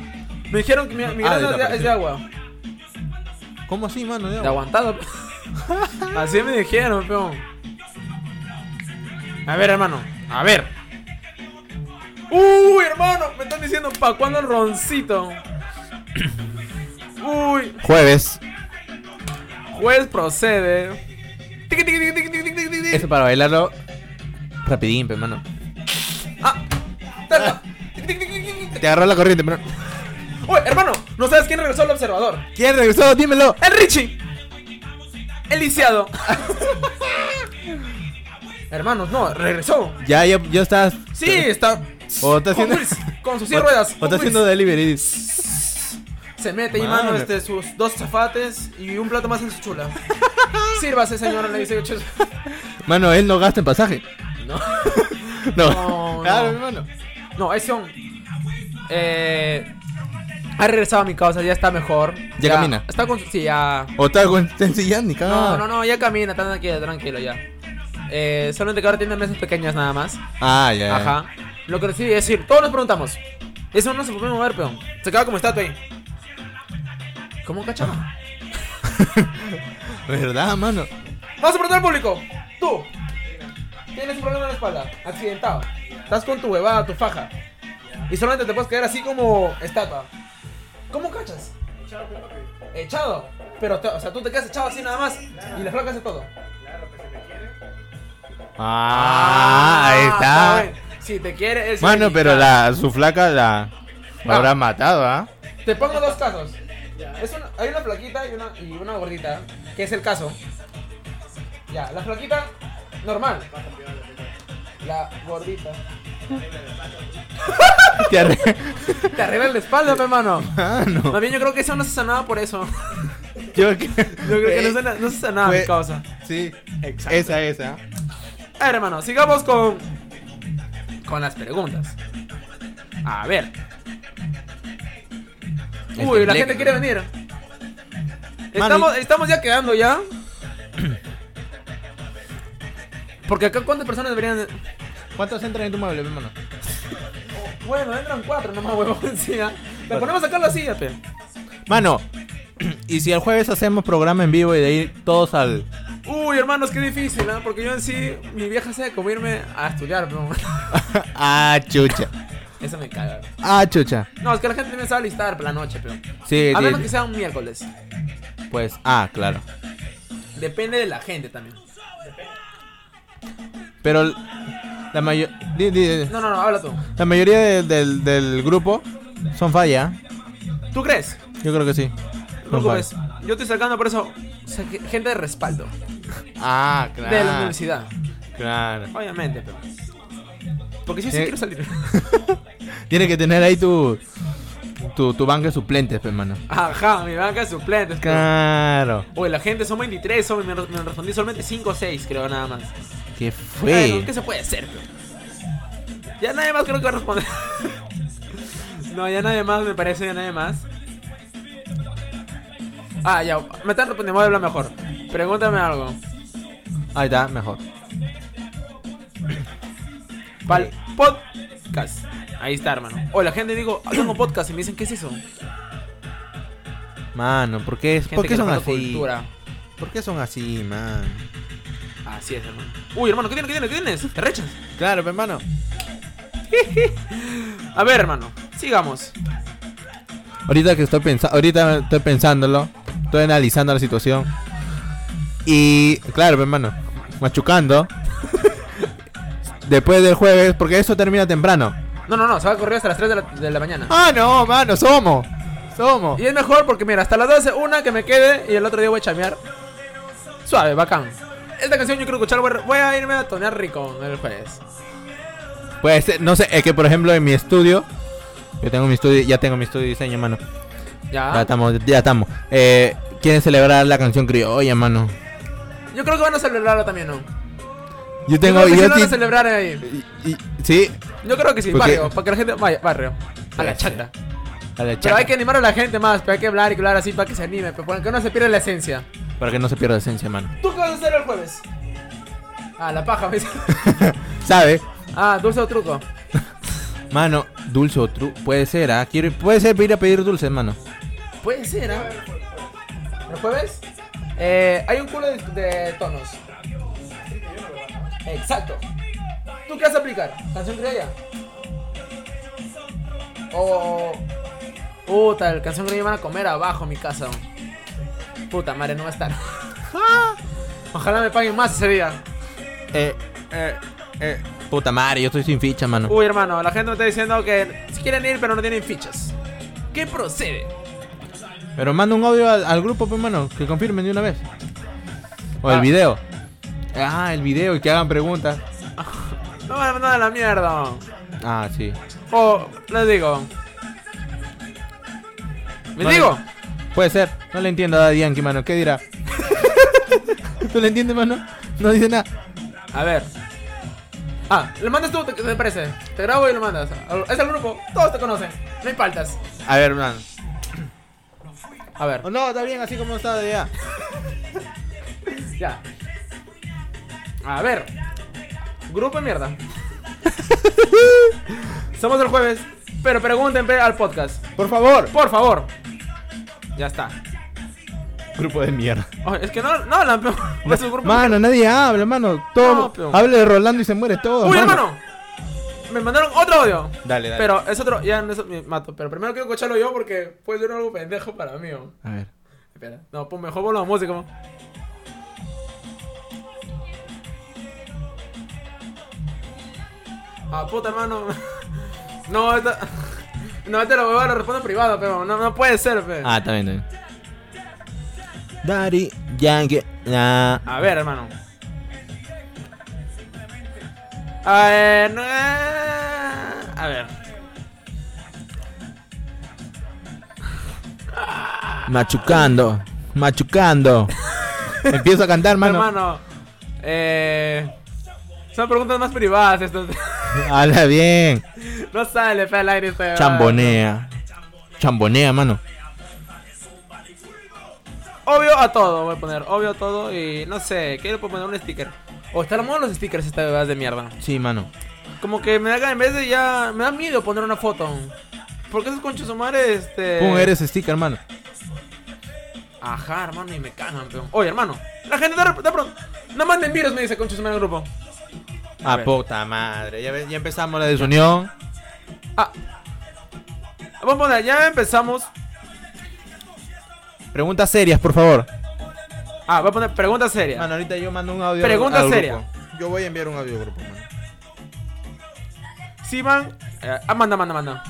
Me dijeron que mi, mi
Ah,
grano es de-
desapareció.
es de agua.
¿Cómo así, mano?
De aguantado. (laughs) pe. Así me dijeron, peón. A ver, hermano. A ver. Uy, hermano. Me están diciendo, ¿pa' cuándo el roncito? Uy,
Jueves.
juez procede. Tiqui, tiqui, tiqui, tiqui, tiqui, tiqui, tiqui, tiqui.
Eso para bailarlo. Rapidín, pe, mano.
Ah, taca. Tiqui, tiqui, tiqui, tiqui, tiqui.
Te agarró la corriente, mano.
Uy, hermano. ¿No sabes quién regresó al observador?
¿Quién regresó? Dímelo.
El Richie. El lisiado. (laughs) Hermanos, no, regresó.
Ya, ya, ya estás.
Sí, está.
O está
con,
haciendo.
Wills, con sus 100 ruedas.
O (laughs)
con
está
Wills.
haciendo delivery.
Se mete y
Mano.
mano este, sus dos zafates y un plato más en su
(laughs)
chula. Sírvase, señora, le dice "Chus".
Mano, él no gasta en pasaje.
No.
(laughs) No.
No,
Claro,
no.
hermano.
No, es un. Eh. Ha regresado a mi causa, ya está mejor.
Ya camina.
Está con su. Sí, ya.
O está con está en silla, ni cagada.
No, no, no, ya camina, tranquilo, tranquilo ya. Eh, solamente que ahora tiene mesas pequeñas nada más.
Ah, ya, ya.
Ajá. Lo que decidí decir, todos nos preguntamos. Eso no se puede mover, peón. Se queda como estatua ahí. ¿Cómo cachama?
¿Verdad, mano?
Vamos a preguntar al público. Tú. Tienes un problema en la espalda. Accidentado. Estás con tu huevada, tu faja. Y solamente te puedes quedar así como estatua. ¿Cómo cachas? Echado. Pero, te- o sea, tú te quedas echado así nada más. Y la flaca hace todo.
Ah, ahí está.
bien. Si te quiere, él se
Mano,
dedica.
pero la su flaca la, la habrá matado, (laughs) ¿ah?
Te pongo dos casos. Es una- hay una flaquita y una, y una gordita, que es el caso. Ya, la flaquita, normal. La gordita.
Te (laughs) arre-
Te arregla la espalda,
(laughs)
mi hermano.
Mano,
Más bien, yo creo que eso no se sanaba por eso.
Ah, yo que...
Yo creo que no se, no se sanaba
Fue-
mi causa.
Sí, esa, esa.
A ver, Eh, hermano, sigamos con. Con las preguntas. A ver.
El
Uy, la
temple-
gente quiere venir.
Mano,
Estamos, estamos ya quedando ya. Porque acá cuántas personas deberían.
¿Cuántos entran en tu mueble, hermano?
Bueno, entran cuatro nomás, huevón. (laughs) Sí, ¿ah? Le ponemos acá la silla, pe.
Mano, (clears throat) y si el jueves hacemos programa en vivo y de ahí todos al... (laughs)
Uy, hermanos, qué difícil, ¿ah? (laughs) Porque yo en sí, mi vieja sea como irme a estudiar, pero.
ah, chucha.
Eso me caga.
Ah, chucha.
No, es que la gente me sabe listar para la noche, pero.
Sí,
a
sí,
menos
sí.
que sea un miércoles.
Pues, ah, claro.
Depende de la gente también.
Pero l- la, mayo- di- di-
No, no, no, habla tú.
la mayoría de- del, del grupo son falla. ¿eh?
¿Tú crees?
Yo creo que sí.
No te
Son
preocupes.
falla.
Yo estoy sacando por eso o sea, que- gente de respaldo
Ah,
de la
claro.
universidad.
Claro.
Obviamente, pero. Porque yo sí
Eh.
quiero salir. (laughs)
Tienes que tener ahí tu tu, tu banca de suplentes, pe, hermano.
Ajá, mi banca de suplentes. pero-
Claro.
Oye, la gente son 23, son- me, me respondí solamente 5 o 6, creo, nada más.
¿Qué
Bueno,
fue?
¿qué se puede hacer? pero? Ya nadie más creo que va a responder. (laughs) no, ya nadie más, me parece, ya nadie más. Ah, ya, me están respondiendo, voy a hablar mejor. Pregúntame algo.
Ahí está, mejor.
Pal podcast. Ahí está, hermano. O la gente digo, "Ah, tengo podcast y me dicen, ¿qué es eso?
Mano, ¿por qué,
Gente
¿por qué
que le
son
falta
así?
Cultura.
¿Por qué son así, man?
Así es, hermano. Uy, hermano, ¿qué tienes? ¿Qué tienes? ¿Qué tienes? ¿Te rechas?
Claro, pe, hermano.
A ver, hermano, sigamos.
Ahorita que estoy pensando, ahorita estoy pensándolo, estoy analizando la situación. Y claro, pues, hermano,
(laughs)
machucando. Después del jueves, porque eso termina temprano.
No, no, no, se va a correr hasta las 3 de la, de la mañana.
Ah, no, mano, somos. Somos.
Y es mejor porque, mira, hasta las 12, una que me quede y el otro día voy a chamear. Suave, bacán. Esta canción yo quiero escuchar, voy a- voy a irme a tonear rico el jueves.
Pues eh, no sé, es que por ejemplo en mi estudio, yo tengo mi estudio, ya tengo mi estudio de diseño, mano. Ya
Ya.
estamos, ya estamos. Eh, quieren celebrar la canción criolla, mano.
Yo creo que van a celebrarlo también, ¿no?
Yo
Yo
tengo,
creo que
yo
sí lo van a
ti-
celebrar ahí.
y- y- sí,
Yo creo que sí,
Porque-
barrio, para que la gente vaya, barrio. A la
Sí,
chacra.
a la
Pero
chaca,
hay que animar a la gente más, pero hay que hablar y hablar así para que se anime, pero para que no se pierda la esencia.
para que no se pierda la esencia, mano.
¿Tú qué vas a hacer el jueves? Ah, la paja, me dice.
¿Sabes?
Ah, dulce o truco.
Mano, dulce o tru... Puede ser, ¿ah? Quiero, puede ser ir a pedir dulce, mano.
Puede ser, ¿ah? ¿El jueves? Eh, hay un culo de, de tonos. Exacto. ¿Tú qué vas a aplicar? ¿Canción criolla? O. Puta, el canción criolla van a comer abajo en mi casa. oh. Puta madre, no va a estar. (laughs) Ojalá me paguen más ese día.
Eh, eh, eh. Puta madre, yo estoy sin ficha, mano.
Uy, hermano, la gente me está diciendo que si quieren ir, pero no tienen fichas. ¿Qué procede?
Pero manda un audio al, al grupo, pues, mano, que confirmen de una vez. O
Ah.
el video. Ah, el video y que hagan preguntas.
No van a mandar a la mierda.
Ah, sí.
O les digo. ¿Me
No le-
digo?
Puede ser. No le entiendo a Daddy Yankee, mano. ¿Qué dirá? (laughs) ¿Tú le entiendes, mano? No dice nada.
A ver. Ah, lo mandas tú, ¿qué te parece? Te grabo y lo mandas. Al- Es el grupo, todos te conocen. No hay faltas.
A ver, mano.
A ver,
O no, está bien, así como está de ya.
ya. A ver. Grupo de mierda. (laughs) Somos el jueves, pero pregunten pe, al podcast.
Por favor.
Por favor. Ya está.
Grupo de mierda.
Oh, es que no, no hablan, (laughs) pero. Es un grupo
Mano, nadie habla, mano.
No,
Todo.
pero-
Habla de Rolando y se muere todo.
¡Uy, hermano! Me mandaron otro audio.
Dale, dale.
Pero es otro, ya no es- me mato. Pero primero quiero escucharlo yo porque puede ser algo pendejo para mí. ¿o?
A ver.
Espera, no, pues mejor por la música. ¿no? Ah, puta, hermano. (laughs) No, esta. (laughs) No, este lo voy a responder privado, pero no, no puede ser, pe.
Ah, también, también. Daddy Yankee. Nah.
A ver, hermano. A ver, no- eh, a ver.
Machucando. Machucando. Empiezo a cantar, mano.
Hermano, eh, son preguntas más privadas. Esto.
Habla bien.
(laughs) No sale, fe al aire. este,
Chambonea. Chambonea, mano.
Obvio a todo, voy a poner. Obvio a todo. Y no sé, ¿qué le puedo poner? Un sticker. O están armados los stickers esta bebada de mierda.
Sí, mano.
Como que me da en vez de ya. Me da miedo poner una foto. Porque esos conchos su madre, este.
Pum, eres sticker, hermano.
Ajá, hermano, y me cagan, peón. Oye, hermano, la gente da, da pronto. No manden virus, me dice conchos su madre el grupo.
Ah,
ver.
puta madre. Ya, ve- ya empezamos la desunión.
Ah, Vamos a poner, ya empezamos.
Preguntas serias, por favor.
Ah, voy a poner pregunta seria.
Mano, ahorita yo mando un audio.
Pregunta
al grupo.
seria.
Yo voy a enviar un audio al grupo, mano.
Si van. eh, ah, manda, manda, manda.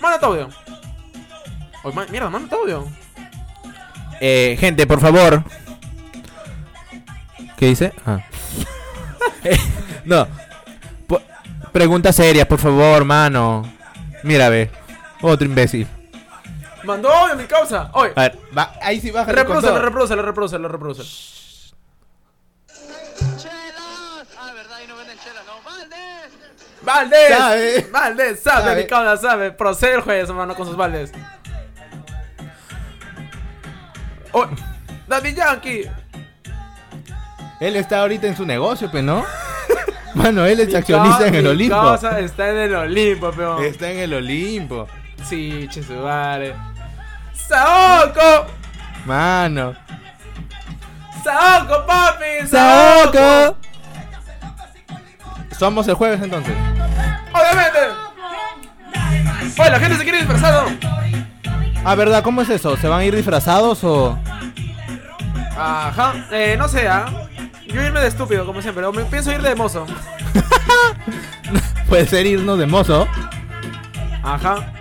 Manda tu audio. Oy, ma- mierda, manda tu audio.
Eh, gente, por favor. ¿Qué dice? Ah. (laughs) Eh, no. Po- preguntas serias, por favor, mano. Mira, ve. Otro imbécil.
Mandó audio, mi causa. Oye,
A ver, va- ahí sí baja.
reproducelo, reproducelo, reproducelo, reproducelo.
¡Chelas! Ah, verdad, ahí no venden chelas, ¿no? ¡Valdés!
Valdés,
Sabe.
Valdés, sabe,
Sabe.
mi causa sabe. Procede el juez, hermano, con sus Valdés. Oye, Oh, Daddy Yankee.
Él está ahorita en su negocio, pues, ¿no? (laughs) mano, él es
Mi
accionista
cau-
en el
mi
Olimpo.
causa está en el Olimpo, peón.
Está en el Olimpo.
Sí, chesubare. ¡Saoko!
Mano.
¡Saoko, papi!
¡Saoko! Somos el jueves entonces.
¡Obviamente! Oye, la gente se quiere disfrazar, ¿no?
Ah, ¿verdad? ¿Cómo es eso? ¿Se van a ir disfrazados o.?
Ajá, eh, no sé, ¿ah? Yo irme de estúpido, como siempre, o me pienso ir de mozo.
Puede ser irnos de mozo.
Ajá.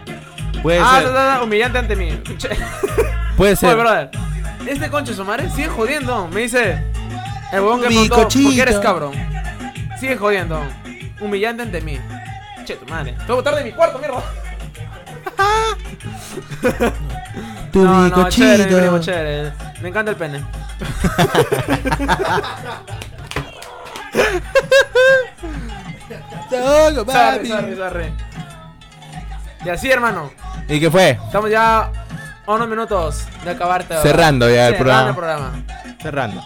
Puede
ah,
ser.
da, da, da, humillante ante mí. (laughs) Che.
Puede
Oye,
ser.
brother, este conche su madre sigue jodiendo. Me dice el huevón que
Mi
preguntó, ¿por qué
cochito".
eres cabrón? Sigue jodiendo. Humillante ante mí. Che, tu madre. Tengo que botar de mi cuarto, mierda.
Tu
no, no,
bicochito.
chévere, mi primo, chévere. Me encanta el pene.
Saoko,
Sorry,
papi.
sorry, sorry. Y así, hermano.
¿Y qué fue?
Estamos ya a unos minutos de acabarte. ¿verdad?
Cerrando ya el
Cerrando
Cerrando.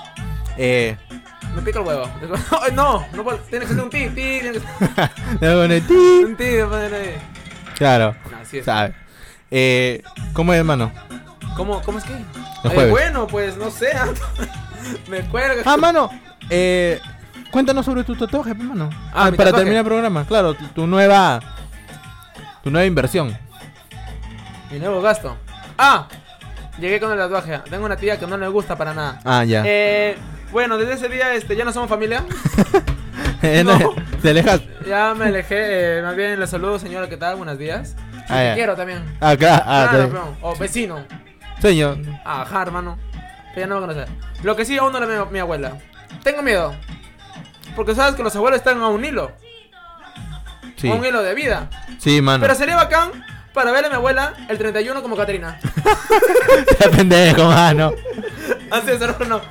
Eh. (laughs)
programa. Me pico el huevo. (laughs) Ay, no, no puedo. Tiene que ser un ti, ti. tiene que ser
le voy a poner ti.
Un ti, de madre.
Claro.
No, así es.
Sabe. Eh. ¿Cómo es, hermano?
¿Cómo, ¿Cómo es que? Eh,
jueves.
bueno, pues no sé. (laughs) ah, Me cuelga.
Ah, mano. Eh. Cuéntanos sobre tu tatuaje, hermano.
Ah, mi
para
tatuaje.
terminar el programa. Claro, tu, tu nueva. Tu nueva inversión.
Mi nuevo gasto. Ah, llegué con el tatuaje. Tengo una tía que no le gusta para nada.
Ah, ya. (laughs)
Eh, bueno, desde ese día este, ya no somos familia.
Eh, no.
no.
Te alejas.
Ya me alejé. eh, más bien, le saludo, señora, ¿qué tal? Buenos días. Y
Ah,
te
ya.
quiero también.
Acá, ah,
Claro,
te-
peón, O vecino.
Señor.
Ajá, hermano. Pero ya no me conoce. Lo que sí, aún no la veo a mi abuela. Tengo miedo. Porque sabes que los abuelos están a un hilo.
Sí.
A un hilo de vida.
Sí, mano. (laughs)
Pero sería bacán para ver a mi abuela el 31 como
(laughs)
Catrina.
Está pendejo, mano.
Así es, hermano.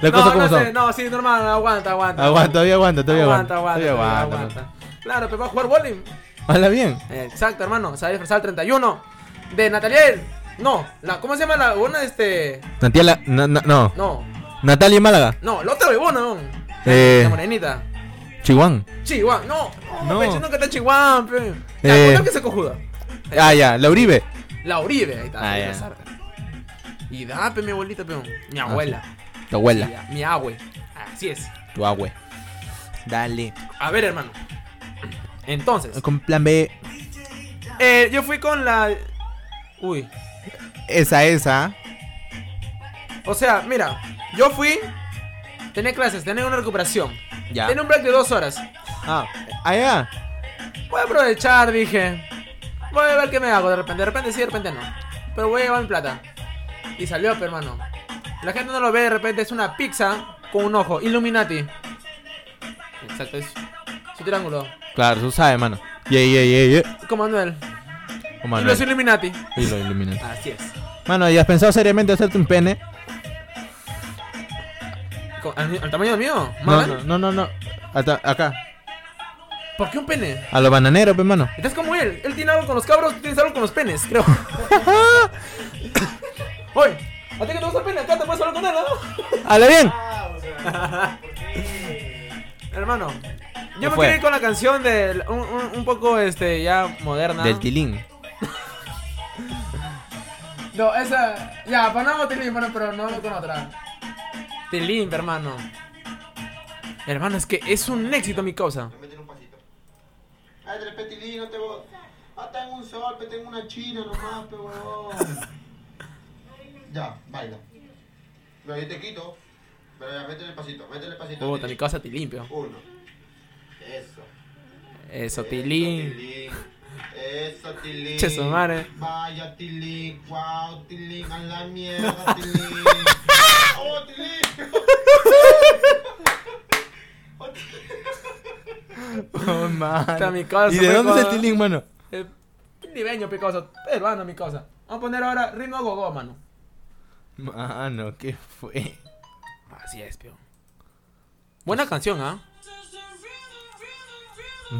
Las
no,
cosas como
no sé,
son.
no, sí, normal, aguanta, aguanta.
Aguanta, todavía aguanta, todavía aguanta.
aguanta, aguanta,
todavía
todavía
aguanta,
aguanta. Claro, pero va a jugar bowling.
mano. Habla bien.
Exacto, hermano. Se va a disfrazar el 31 de Nataliel. No, la, ¿cómo se llama la una de este?
Natalia, na- na- no.
No,
Natalia Málaga.
no, la otra huevona, no.
Eh.
La morenita.
Chihuán.
Chihuahua, no.
No.
No, pe, yo nunca está en Chihuahua, pe. La
Eh.
otra que se cojuda.
Ah, ya, la Uribe.
La Uribe, ahí está.
Ah,
ahí
ya. Ah,
está. Y da, pe, mi abuelita, pe. Mi abuela.
Tu abuela.
Mi abue. Así es.
Tu abue. Dale.
A ver, hermano. Entonces,
Con plan B.
eh, yo fui con la. Uy.
Esa, esa.
O sea, mira, yo fui. Tenía clases, tenía una recuperación.
Ya.
Tenía un break de dos horas.
Ah, allá.
Voy a aprovechar, dije. Voy a ver qué me hago de repente. De repente sí, de repente no. Pero voy a llevar mi plata. Y salió, pe, hermano. La gente no lo ve, de repente es una pizza con un ojo. Illuminati. Exacto, es su triángulo.
Claro, tú sabes, mano. Yeah, yeah, yeah, yeah.
Con Manuel.
Oh,
Y
mano.
los Illuminati.
Y lo ilumina.
Así es.
Mano, ¿y has pensado seriamente hacerte un pene?
Co- ¿Al, al tamaño del mío?
No,
¿Magan?
no, no, no. no. Hasta acá.
¿Por qué un pene?
A los bananeros, pues, mano.
Estás como él. Él tiene algo con los cabros, tú tienes algo con los penes,
(laughs)
creo. Oye, ¿a ti que te gusta el pene? Acá te puedes hablar con él, ¿no?
Habla bien.
Hermano,
¿Qué
yo me
fue?
quería ir con la canción de un, un- un poco este ya moderna.
Del tilín.
No, esa. Ya, ponemos Tilín, bueno, pero no con otra. Tilín, hermano. Hermano, es que es un éxito mi causa.
Ay, de repente, Lee, no te voy. Ah, está en un sol, pe, tengo una china nomás, pe, huevón. Ya, baila. Pero yo te quito. Pero ya, métele el pasito, métele el pasito.
Puta, mi casa te limpio.
Uno. Eso.
Eso,
Eso,
tilín.
Eso, Tilín.
Che, su madre.
Vaya, Tilín. Wow, Tilín. A
(laughs)
la mierda, Tilín. Oh, Tilín. Oh, Tilín.
Oh, mano.
Está mi casa,
¿Y de
fue
dónde es el
con-
tilín, mano?
Eh, Libeño, mi cosa. Peruano, mi cosa. Vamos a poner ahora ritmo gogó, mano.
Mano, ¿qué fue?
Así es, pio. Buena canción, ¿ah?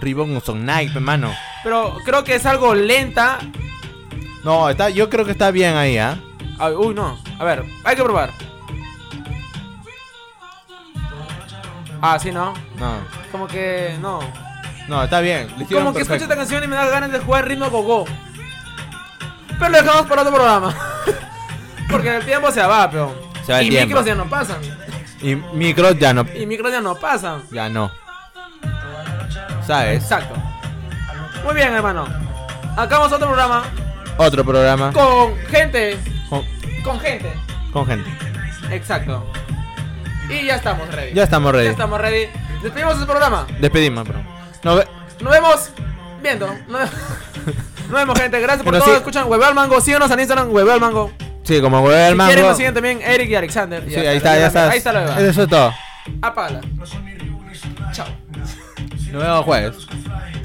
Ribbon son Nike, mano.
Pero creo que es algo lenta.
No, está, yo creo que está bien ahí, ¿ah?
Ay, uy, no. A ver, hay que probar. Ah, sí, ¿no?
No,
Como que no.
no, está bien. le hicieron
Como que escucho
perfecto.
esta canción y me da ganas de jugar ritmo gogó. Pero lo dejamos para otro programa. (laughs) Porque el tiempo se va, pero.
Se va el
y
tiempo.
micros ya no pasan.
Y micros ya no.
Y micros ya no pasan.
Ya no. ¿Sabes?
Exacto. Muy bien, hermano. Acabamos otro programa
Otro programa
con gente.
con,
Con gente.
con gente.
Exacto. Y ya estamos ready.
Ya estamos
Ya
ready.
estamos ready. Despedimos el programa.
Despedimos, bro. No, ve-
Nos vemos viendo.
(laughs)
Nos nos vemos, gente. Gracias por
Pero
todo.
sí-
Escuchan Hueveo al Mango. Síguenos en Instagram, Hueveo al Mango.
sí, como hueve
Si
el mango.
quieren, nos siguen también Eric y Alexander.
Sí,
Ya
ahí está, ya está.
Ahí está la hueva.
Eso es todo.
Apágala. Chao.
Nos vemos jueves.
fly.